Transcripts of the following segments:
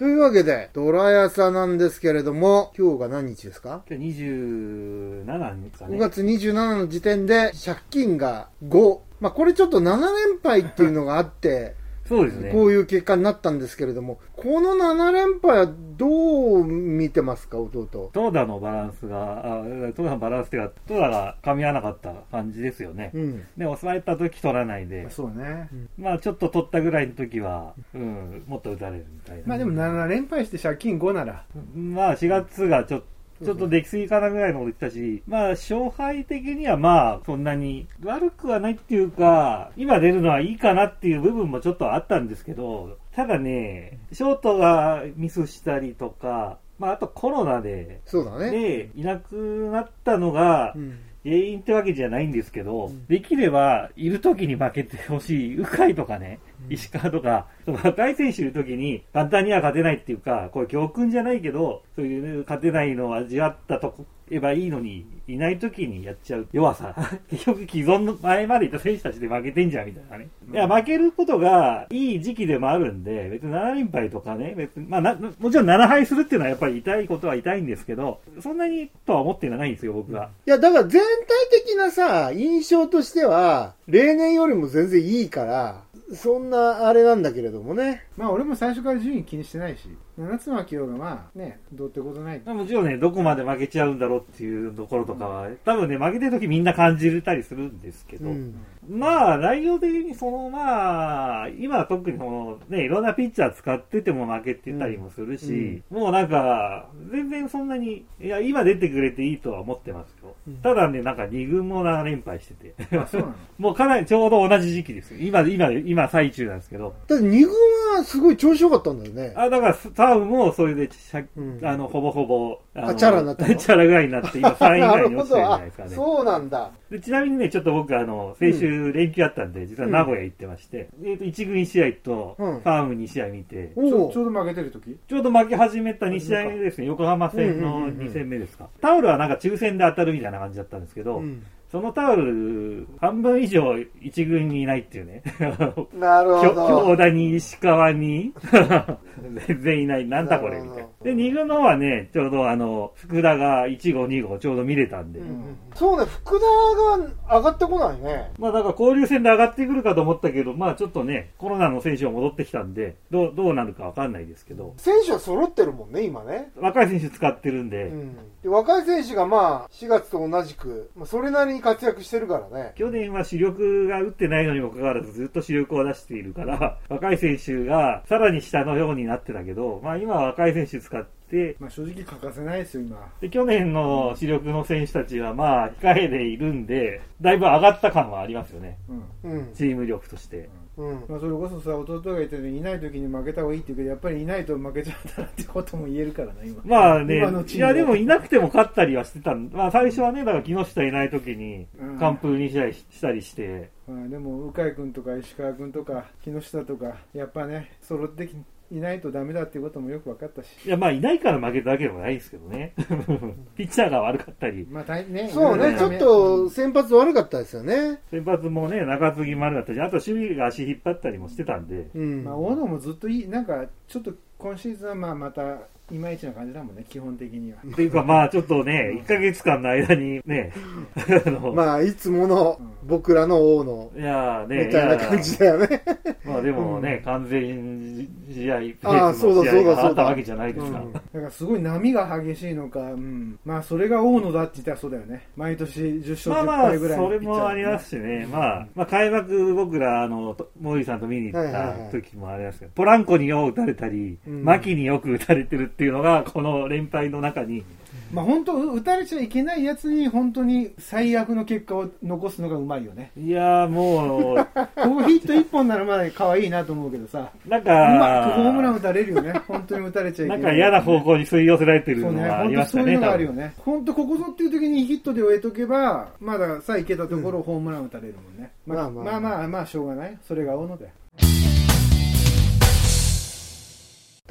というわけで、ドラヤサなんですけれども、今日が何日ですか今日27ですか ?5 ね。月27の時点で、借金が5。まあ、これちょっと7連敗っていうのがあって、そうですね。こういう結果になったんですけれども、この7連敗はどう見てますか、弟。投打のバランスが、あ投打のバランスっていうか、投打が噛み合わなかった感じですよね。うん。で、抑えた時取らないで、そうね。まあちょっと取ったぐらいの時は、うん、もっと打たれるみたいな。まあでも7連敗して借金5なら、まあ4月がちょっと、ちょっとできすぎかなぐらいのこと言ってたし、まあ勝敗的にはまあそんなに悪くはないっていうか、今出るのはいいかなっていう部分もちょっとあったんですけど、ただね、ショートがミスしたりとか、まああとコロナで、そうだね。で、いなくなったのがうん。原因ってわけじゃないんですけど、うんできればいる時に負けてほしい、鵜飼とかね、うん石川とか、その若い選手いるときに簡単には勝てないっていうか、これ教訓じゃないけど、そういう、ね、勝てないのを味わったとこ、言えばいいのに、いないときにやっちゃう弱さ。 結局既存の前までいた選手たちで負けてんじゃんみたいなね。いや、負けることがいい時期でもあるんで、別に7連敗とかね、別に、まあな、もちろん7敗するっていうのはやっぱり痛いことは痛いんですけど、そんなにとは思ってないんですよ、僕は。いや、だから全体的なさ、印象としては、例年よりも全然いいから、そんなあれなんだけれどもね。まあ俺も最初から順位気にしてないし、7つ負けようがまあね、どうってこと ない。まあもちろんね、どこまで負けちゃうんだろうっていうところとかは、多分ね、負けてる時みんな感じれたりするんですけど、うん。まあ、内容的にその、まあ、今特にその、ね、いろんなピッチャー使ってても負けてたりもするし、もうなんか、全然そんなに、いや、今出てくれていいとは思ってますよ。うんただね、なんか2軍も7連敗してて、 あ、そうなのもうかなりちょうど同じ時期ですよ。今、今、今最中なんですけど、だって2軍はすごい調子良かったんだよね。あ、だから、サウもそれで、しゃうんあの、ほぼほぼ、あのあチャラになったの チャラぐらいになって、今3位ぐ らいに落ちてるじゃあないですかね。そうなんだ。でちなみにね、ちょっと僕、あの、先週連休あったんで、実は名古屋行ってまして、えっ、と、1軍1試合と、フうんァーム2試合見て、ちおょうちょうど負けてる時ちょうど負け始めた2試合目ですね、横浜うん戦うんのうんうん2戦目ですか。タオルはなんか抽選で当たるみたいな感じだったんですけど、うんそのタオル、半分以上1軍にいないっていうね。 なる京ほど。京田に石川に 全然いないなんだこれみたいなるなほどで2軍の方はねちょうどあの福田が1号2号ちょうど見れたんで、うんそうね、福田が上がってこないね。まあだから交流戦で上がってくるかと思ったけどまあちょっとねコロナの選手が戻ってきたんでどうどうなるかわかんないですけど選手は揃ってるもんね、今ね。若い選手使ってるんで、うん、で若い選手がまあ4月と同じく、まあ、それなりに活躍してるからね。去年は主力が打ってないのにもかかわらずずっと主力を出しているから、 若い選手がさらに下のようになってたけど、まあ今は若い選手使って、まあ正直欠かせないですよ、今。で去年の主力の選手たちは、まあ、控えでいるんで、だいぶ上がった感はありますよね、うん。うん。チーム力として。うん。まあそれこそさ、弟が言ってるいない時に負けた方がいいって言うけど、やっぱりいないと負けちゃったなってことも言えるからな、今。まあね今の、チーいムはや、でもいなくても勝ったりはしてたんまあ、最初はね、だから木下いない時にうん、完封2試合したりして、まあでも、鵜飼君とか石川君とか木下とか、やっぱね、揃ってきいないとダメだっていうこともよく分かったし。いや、まあ、いないから負けたわけでもないですけどね。 ピッチャーが悪かったり、まあ大ね、そうね、いちろょいろっうんと先発悪かったですよね。先発もね、中継ぎ丸だったし、あと守備が足引っ張ったりもしてたんで、うん。まあ、大野もずっといい、なんか、ちょっと今シーズンはまあまた、いまいちな感じだもんね、基本的には。っていうかまあ、ちょっとね、1ヶ月間の間にね、 あの、まあ、いつものうん僕らの王の、いやーね、みたいな感じだよね。まあでもね、完全試合ペあーあスそうだの試合そうだがそあうっだたわけじゃないですか。だからすごい波が激しいのか、うん、まあそれが大野だって言ったらそうだよね、毎年10勝まあ10まあ、敗ぐらいそのピれッチャーだもあよねりますしね、まあ、まあ開幕僕ら、あの、とモーリーさんと見に行っはいはたいはい時もありますけど、ポランコによく打たれたり、うん牧によく打たれてるっていうのが、この連敗の中に、まあ本当、う打たれちゃいけないやつに、本当に最悪の結果を残すのがうまいよね、いやーもう、ここヒット1本ならまだ可愛いなと思うけどさ、なんうまか、くホームラン打たれるよね、本当に打たれちゃないけない。んか嫌な方向に吸い寄せられてるそうのね、があ本り当ましたそうね、いうのが多あるよ分。ね。本当ここぞっていう時にヒットで終えとけば、まださあいけたところをホームラン打たれるもんね。うんまあままああままああ、まあ、しょうがない。それが青野だよ。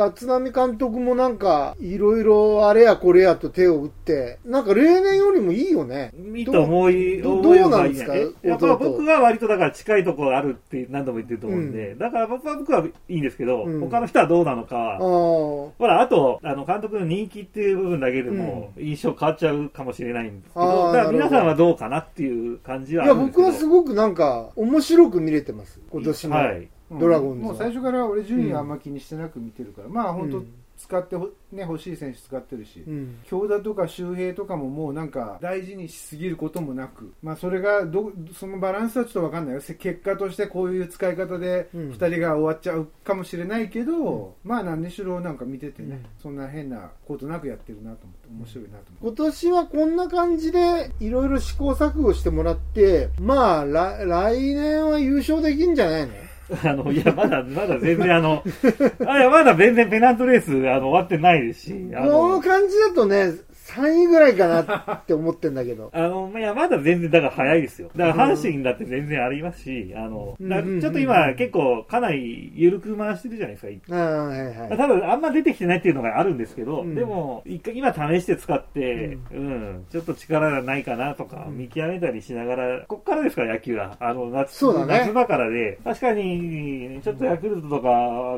立浪監督もなんか、いろいろあれやこれやと手を打って、なんか例年よりもいいよね。いいと思い、ど思えばどうなんですかいいねえやっぱ弟僕は割とだから近いところあるって何度も言ってると思うんで、だから僕は僕はいいんですけど、うん他の人はどうなのあか、ーほら、あと、あの、監督の人気っていう部分だけでも、印象変わっちゃうかもしれないんですけど、あーだから皆さんなはどうかなっていう感じはいあや、るんですけ僕ど。はすごくなんか、面白く見れてます。今年の。はい。うんドラゴンズはもう最初から俺順位はあんま気にしてなく見てるから、まあ本当使ってほ、ね、欲しい選手使ってるし、うん。京田とか周平とかももうなんか大事にしすぎることもなく、まあ、それがどそのバランスはちょっと分かんないよせ結果としてこういう使い方でうん2人が終わっちゃうかもしれないけど、まあ何にしろなんか見ててね、うんそんな変なことなくやってるなと思って面白いなと思って。今年はこんな感じで、いろいろ試行錯誤してもらって、まあ、来来年は優勝できんじゃないのあの、いや、まだ、まだ全然あの、 あいや、まだ全然ペナントレース、あの、終わってないですし、あこのの、。感じだとね、3位ぐらいかなって思ってんだけど あの、いや、まだ全然、だから早いですよ。だから阪神だって全然ありますし、あの、だからちょっと今、結構、かなり緩く回してるじゃないですか、ああ、はいはい。ただ、あんま出てきてないっていうのがあるんですけど、うんでも、一回今試して使って、うん、ちょっと力がないかなとか、うん見極めたりしながら、こっからですから、野球は。あの、夏、そうだね夏場からで、確かに、ちょっとヤクルトとか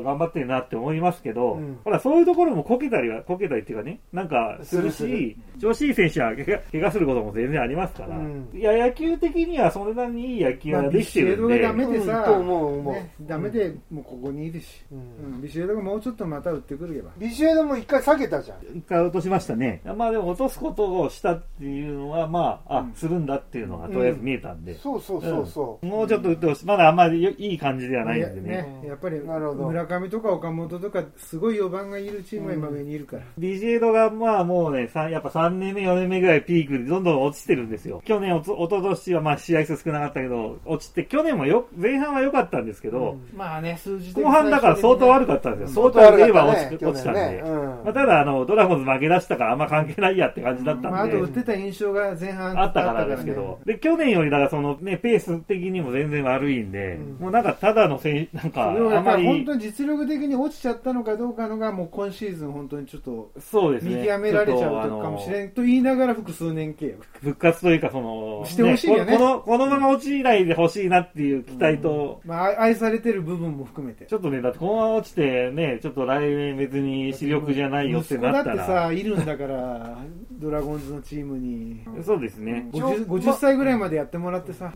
頑張ってるなって思いますけど、うんほら、そういうところもこけたりは、こけたりっていうかね、なんか、するするすし、調子いい選手は怪我怪我することも全然ありますから、うんいや、野球的にはそれなりにいい野球まはあでビきてシエるドんがで、ダメでさ、うんと思う思うね、ダメでもうここにいるし、ううんんビシエドがもうちょっとまた打ってくればビシエドも一回下げたじゃん。一回落としましたね。まあでも落とすことをしたっていうのは、まあ、あ、うんするんだっていうのがとりあえず見えたんで。そうそうそうそう。もうちょっと打ってほしい。まだあんまりよいい感じではないんでね。うんやっぱりなるほど村上とか岡本とかすごい4番がいるチームは今上にいるから、ビジエドがまあもうね、さんやっぱ3年目、4年目ぐらいピークでどんどん落ちてるんですよ。去年おと、おととしはまあ試合数少なかったけど、落ちて、去年もよ、前半は良かったんですけど、まあね数字後半だから相当悪かったんですよ。相相当当悪言えかばっ落たち,、ね。落ちたんで。去年ねうんまあ、ただあの、ドラゴンズ負け出したからあんま関係ないやって感じだったんで。まあ、あと打ってた印象が前半あったからですけど、で去年よりだからその、ね、ペース的にも全然悪いんで、うんもうなんかただのせいなんか、それをやあっんぱまり本り当、に実力的に落ちちゃったのかどうかのがもう今シーズン本当にちょっとそうです見ね、極められちゃうとかもしんれんと言いながら複数年契約復活というか、その、してほしいよねこのこのこのまま落ちないでほしいなっていう期待と、まあ愛されてる部分も含めてちょっとね、だってこのまま落ちてね、ちょっと来年別に主力じゃないよってなっ息た子だってら、さいるんだからドラゴンズのチームにそうですね、 50, 50歳ぐらいまでやってもらってさ、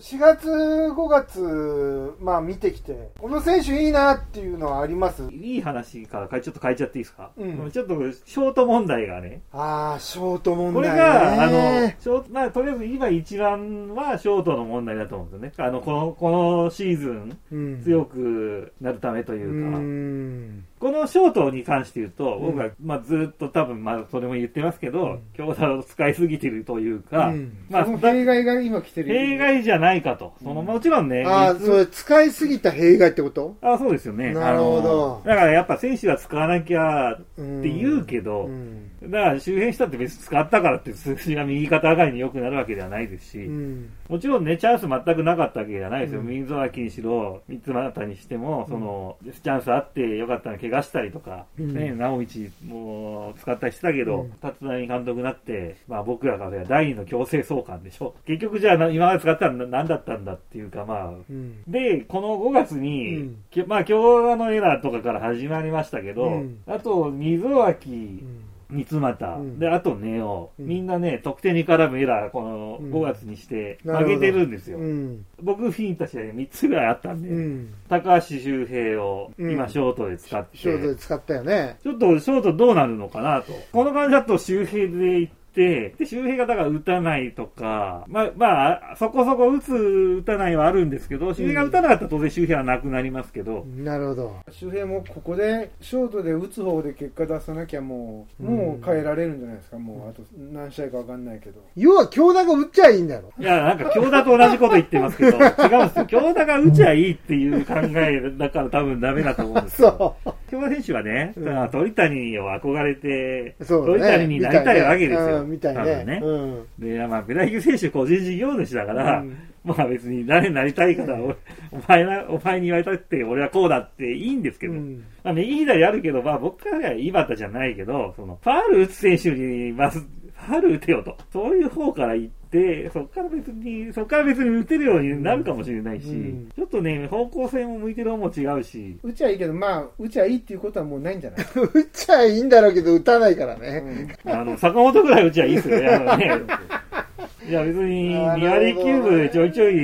4月、5月、まあ見てきて、この選手いいなっていうのはありますいい話からかちょっと変えちゃっていいですか、うんちょっとショート問題がね、ああ、ショート問これ題、ね。が、あの、ショートまあ、とりあえず今一番はショートの問題だと思うんですよね。あの、この、このシーズンうん、強くなるためとういうか、ん。このショートに関して言うと、うん僕は、まあ、ずっと多分、まあ、それも言ってますけうどん、強打を使いすぎてるというか、うんまあそ、の弊害が今来てるよ弊害じゃないかと。その、もちろんね、ああ、三つそれ使いすぎた弊害ってことあそうですよね。なるほどあのだからやっぱ選手は使わなきゃっってて言うけど、ん。だから周辺したって別に使ったからって数字が右肩上がりに良くなるわけではないですし、うん。もちろんね、チャンス全くなかったわけじゃないですよ。うん水脇にしろ、三つ股にしても、その、チャンスあってよかったの怪我したりとか、うんね、直道も使ったりしてたけど、うん立浪監督になって、まあ僕らから第二の強制送還でしょ。結局じゃあな今まで使ったの何だったんだっていうか、まあ、うん。で、この5月に、うんきまあ、京田のエラーとかから始まりましたけど、うんあと、水脇、三つ股、うんで、あとネオ、うんみんなね、得点に絡むエラー、このうん5月にして、なる負ほどけてるんですよ。うん。僕、フィンた試合で3つぐらいあったんで、うん。高橋周平をう今、んショートで使って、ショートで使ったよね。ちょっとショートどうなるのかなと。この感じだと周平で行って、で、周平がだから打たないとか、まあ、まあ、そこそこ打つ、打たないはあるんですけど、周平が打たなかったら当然周平はなくなりますけど、なるほど。周平もここでショートで打つ方で結果出さなきゃもう、うんもう変えられるんじゃないですかもうあと何試合か分かんないけど要は強打が打っちゃいいんだろ。いや、なんか京田と同じこと言ってますけど、違うんですよ。京田が打ちゃいいっていう考えだから多分ダメだと思うんですよ。そ京田選手はね、うんまあ鳥谷を憧れて、そうね 鳥谷になりたいわけですよ。うん、みたい多ね。分ねうん。で、まあ、ベライキ選手個人事業主だから、うんまあ別に誰になりたいから、おお前な、お前に言われたって俺はこうだっていいんですけど、うんまあ右左あるけど、まあ僕からはいいバッターじゃないけど、その、ファール打つ選手に、まず、ファール打てよと。そういう方から言って、そこから別に、そこから別に打てるようになるかもしれないし、うんちょっとね、方向性も向いてる方も違うし、打ちゃいいけど、まあ、打ちゃいいっていうことはもうないんじゃない、打っちゃいいんだろうけど、打たないからうね。んあの、坂本ぐらい打ちはいいっすよね。あ のねいや別にな2る割ほど9分ちょいちょい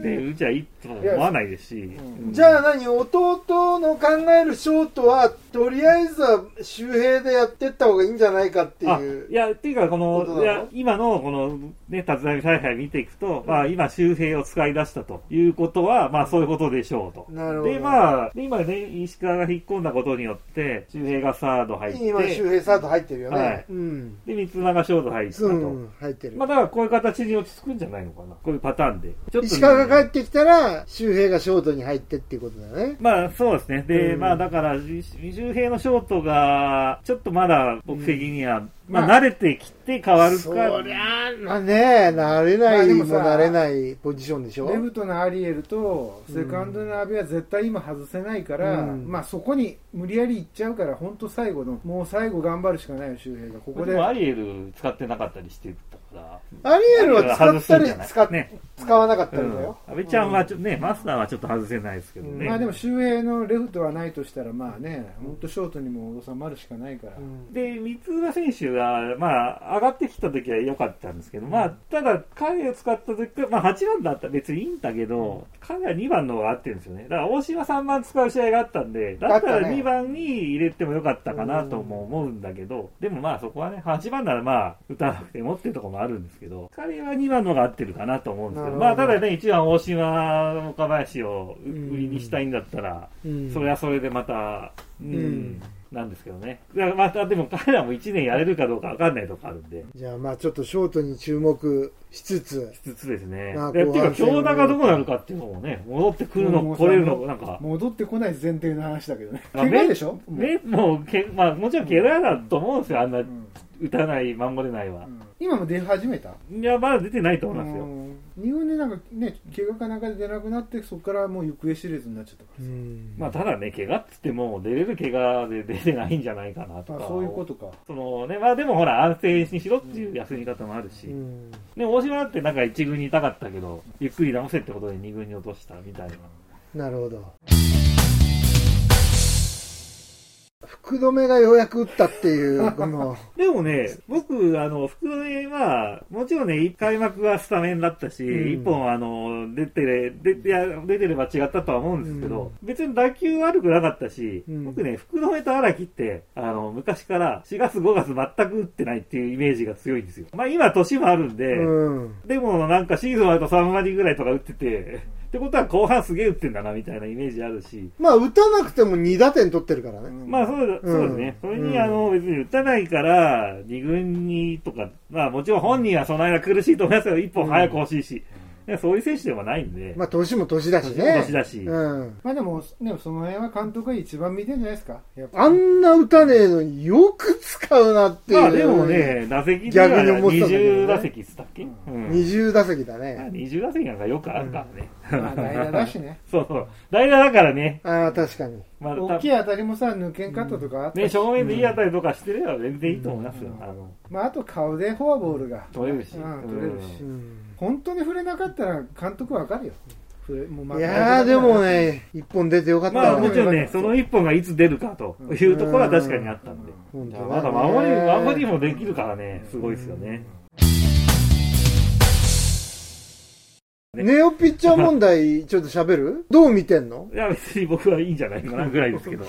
で打ちゃいいとは思わないですし、うんじゃあ何弟の考えるショートは、とりあえずは周平でやってった方がいいんじゃないかってあいう。や、っていうか、ここの、となのいや、今の、この、ね、立浪采配見ていくと、まあ、今、周平を使い出したということは、まあ、そういうことでしょうと。なるほど。で、まあ、で今ね、石川が引っ込んだことによって、周平がサード入っ今、周て、平サード入ってるよね。はいうん。で、三つ長ショート入ったうと。ん、入ってる。まあ、だから、こういう形に落ち着くんじゃないのかな。こういうパターンで。ちょっとね石川が帰ってきたら、周平がショートに入ってっていうことだね。まあそうですね。で、うんまあだから、じ周平のショートが、ちょっとまだ僕的には、ままああ慣れてきて変わるか。そりゃあ、まあね、なれなまあいでももさなれないポジションでしょ。レフトのアリエルとセカンドの阿部は絶対今外せないから、うんまあそこに無理やり行っちゃうから本当最後のもう最後頑張るしかないよ周平がここででもアリエル使ってなかったりしてたから。アリエルは使ったりアリエルは外すんじゃない使っね使わなかったうんだんよ。。阿部ちゃんはちょ、ね、マスターはちょっと外せないですけどね。まあでも周平のレフトはないとしたらまあね本当ショートにも収まるしかないから、うんで、三浦選手が、まあ、上がってきた時は良かったんですけど、まあ、ただ、彼を使った時は、まあ、8番だったら別にいいんだけど、彼は2番の方が合ってるんですよね。だから、大島3番使う試合があったんで、だっただったらね2番に入れても良かったかなとも思うんだけど、でもまあ、そこはね、8番ならまあ、打たなくてもっていうところもあるんですけど、彼は2番の方が合ってるかなと思うんですけど、なまるあ、ほどただね、1番大島、岡林を売うんりにしたいんだったら、うんそれはそれでまた、うん、うんなんですけどね。だからまた、でも彼らも1年やれるかどうかわかんないとこあるんで、じゃあまあちょっとショートに注目しつつ、つつですねまあ。でってい後半うか、戦も強打がどうなるかっていうのもね、戻ってくるもの、う来れるのも、うなんか、戻ってこない前提の話だけどねまあ怪我でしょもうね、もうけ、まあ、もちろん怪我だと思うんですよ、あんなう、ん打たない、守れないうは。ん今も出始めたいや、まだ出てないと思いますよ。ん二軍でなんかね怪我かなんかで出なくなってそこからもう行方知れずになっちゃったからまあ、ただね、怪我っつっても、出れる怪我で出てないんじゃないかなとまか。あそういうことかそのね、まあでもほら、安定にしろっていう休み方もあるし。うんで、大島だってなんか一軍にいたかったけど、ゆっくり直せってことで二軍に落としたみたいな。なるほど。福留がようやく打ったって いう、この、でもね、僕、あの、福留は、もちろんね、一開幕はスタメンだったし、うん一、本、あの、出てれ、出て、いや出てれば違ったとは思うんですけど、別に打球悪くなかったし、うん僕ね、福留と荒木って、あの、昔から4月5月全く打ってないっていうイメージが強いんですよ。まあ今、年もあるんで、うん。でもなんかシーズン終わると3割ぐらいとか打ってて、ってことは後半すげえ打ってんだなみたいなイメージあるし、まあ打たなくても2打点取ってるからね。まあそうだうんそうですね、それうんにあの別に打たないから、2軍にとか、まあもちろん本人はその間苦しいと思いますけど、1本早く欲しいし、いやそういう選手ではないんで、まあ年も年だしね。年だしうん。まあでも、ね、その辺は監督が一番見てんじゃないですか。やっぱあんな打たねえのによく使うなっていう。まあでも。ね、打席では逆に思ってたんだけどね20打席っつったっけ、うん20打席だまあね。 20打席なんかよくあるからね。まあ代打だし ね。そうそう。代打だからね、ああ、確かに。まあ、大きい当たりもさ、抜けんかったとかあったしね、正面でいい当たりとかしてれば全然いいと思いますよ。うんあのまああと顔でフォアボールが。取れるしうん取れるしう。ん。本当に触れなかったら監督わかるよ。触れもうまあいやーでも。ね、一本出てよかったまあわ。もちろんね、その一本がいつ出るかというところは確かにあったんで。本当だねまだ守り、守りもできるからね、すごいですよね。ネオピッチャー問題、ちょっと喋るどう見てんのいや、別に僕はいいんじゃないかなぐらいですけど。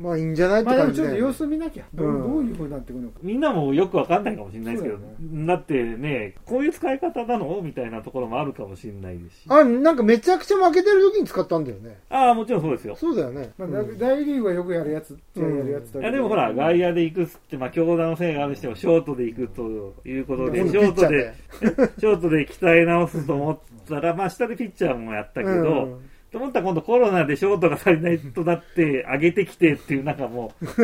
まあいいんじゃないってまあでも感ちじょっだとよね様子見なきゃ。どうんうどういう風になってくるのか。 みんなもよくわかんないかもしれないですけど、そうだってね、こういう使い方なのみたいなところもあるかもしれないですし。あ、なんかめちゃくちゃ負けてる時に使ったんだよね。ああ、もちろんそうですよ。そうだよね。まあうん大リーグはよくやるやつってやるやつだけど。いやでもほら、外野で行くっつって、まあ、強打のせいがあるにしても、ショートで行くということで、うんショートピッで、ショートで鍛え直すと思ったら、まあ、下でピッチャーもやったけど、うんと思ったら今度コロナでショートが足りないとなって、上げてきてっていう、なんかもう、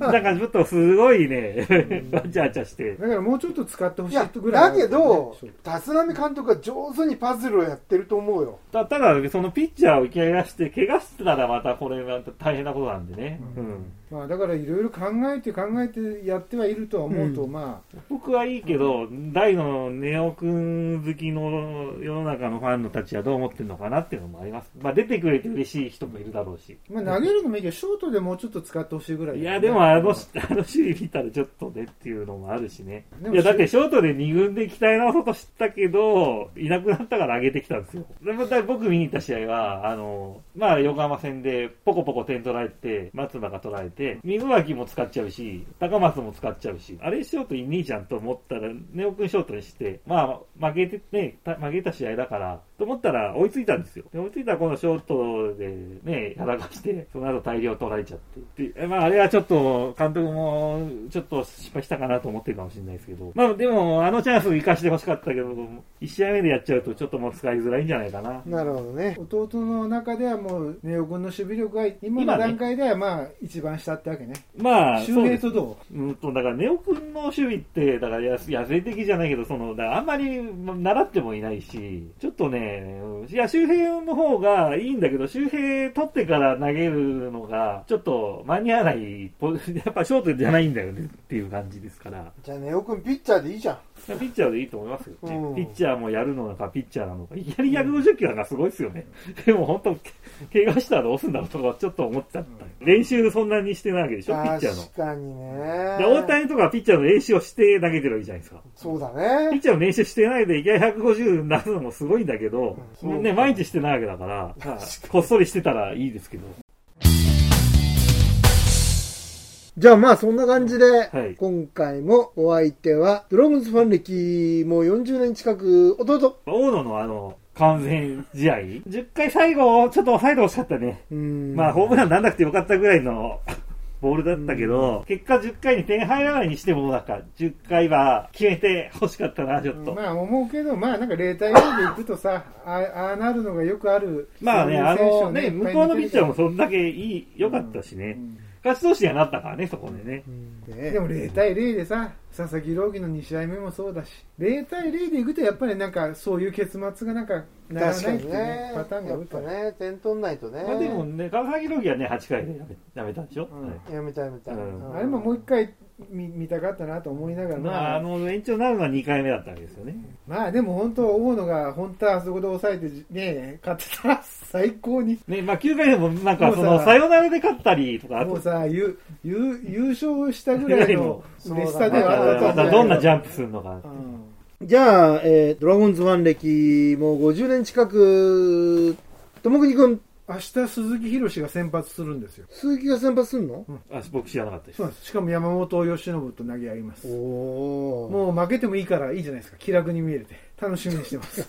なんかちょっとすごいね、わちゃわちゃして。だからもうちょっと使ってほいしやいぐらいだけどそう立浪監督が上手にパズルをやってると思うよたただ、そのピッチャーを怪我して、怪我してたらまたこれが大変なことなんでね。ううんん。まあ、だからいろいろ考えて考えてやってはいるとは思うと、まあ僕はいいけど、大のネオくん好きの世の中のファンのたちはどう思ってるのかなっていうのもあります。まあ出てくれて嬉しい人もいるだろうし。まあ、投げるのもいいけどショートでもうちょっと使ってほしいぐらいいだよね、や、でもあの、 あの守備見たらちょっとねっていうのもあるしね。でもいや、だってショートで2軍で鍛え直そうとしたけど、いなくなったから上げてきたんですよ。でまた僕見に行った試合は、あの、まあ横浜戦でポコポコ点取られて、松葉が取られて、水脇も使っちゃうし、高松も使っちゃうし、あれショートい兄ちゃんと思ったら、ネオ君ショートにして、まあ負けてね、た負けた試合だから、と思ったら追いついたんですよ。で追いついたら今度ショートでね、やらかして、その後大量取られちゃって。でえまああれはちょっと、監督もちょっと失敗したかなと思ってるかもしれないですけど。まあでも、あのチャンス生かしてほしかったけど、1試合目でやっちゃうとちょっともう使いづらいんじゃないかな。なるほどね弟の中ではもう根尾君の守備力が今の段階ではまあ一番下ってわけねまあ、周そう平ですと。どうんと、だから、ネオ君の守備って、だからや、野生的じゃないけど、その、だからあんまり習ってもいないし、ちょっとね、うんいや、周平の方がいいんだけど、周平取ってから投げるのが、ちょっと間に合わない、 ポやっぱショートじゃないんだよねっていう感じですから、じゃあ根尾君ピッチャーでいいじゃんピッチャーでいいと思いますよ、ねうんピッチャーもやるのか、ピッチャーなのか、いきなり150キロがすごいですよね。 でも本当、け怪我したらどうすんだろうとか、ちょっと思っちゃった。練習そんなにしてないわけでしょ、ピッチャーの確。かにねで大谷とかはピッチャーの練習をして投げてるわけじゃないですか。そうだピッねチャーの練習してないで、いきなり150出すのもすごいんだけど、うんそうね、毎日してないわけだから、こっそりしてたらいいですけど。じゃあまあそんな感じで、はい今回もお相手はドラゴンズファン歴もう40年近く弟大野のあの、完全試合 ?10 回最後、ちょっと抑えてほしかったね。うんまあ、ホームランなんなくてよかったぐらいの ボールだったけど、結果10回に点入らないにしても、なんか、10回は決めてほしかったな、ちょっうと。まあ思うけどまあなんか0対4でいくとさあああなるのがよくあるまあね、あそういうの選手ね、を向こうのピッチャーもいっそんだけいい、良かったしぱい見てるねう。ん勝ち投手にはなったからね、そこでね。うんでねも0対0でさ佐々木朗希の2試合目もそうだし0対0でいくとやっぱりなんかそういう結末がなんかなら確なかいっていにねう、ね、パターンがやっ多いかぱら、ね点取んないとね、まあでもね、川崎朗希はね、8回でやめやめたんでしょ、うんはいやめたやめた、うんあれももう一回見見たかったなと思いながら、まあ、あの、延長になるのは2回目だったわけですよね。まあでも本当、大野が本当はあそこで抑えてね、勝ってたら最高に。ね、まあ9回でも、なんか、そもうの、さサヨナラで勝ったりとか、あもうと、さ、ゆゆ優勝したぐらいの嬉しさまではあったたまたどんなジゃャンプするのか。うん。じゃあ、えードラゴンズファン歴もう50年近くともくに君明日、鈴木宏が先発するんですよ。鈴木が先発すんのあ、僕知らなかったですそう。なんです。しかも山本由伸と投げ合います。おおもう負けてもいいからいいじゃないですか。気楽に見えるて。楽しみにしてます。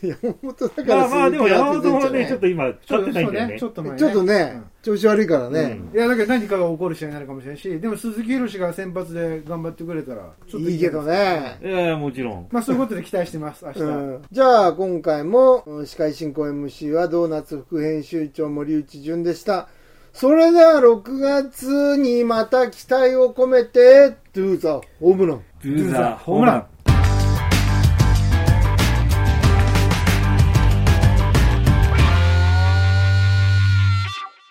山本だからまあまあ、でも山本もね、ちょっとと今、 ちょ勝っってとないんだよねね、ち。ょっと前ね。ちょっとね、うん調子悪いからね、うんいや、だけど何かが起こる試合になるかもしれないし、でも鈴木宏が先発で頑張ってくれたら、ちょっといいけど。ね、いやいやもちろん。まあそういうことで期待してます、明日。うんじゃあ今回もうん司会進行 MC はドーナツ副編集長森内淳でしたそれでは6月にまた期待を込めて Do the home run ドゥーザホームラン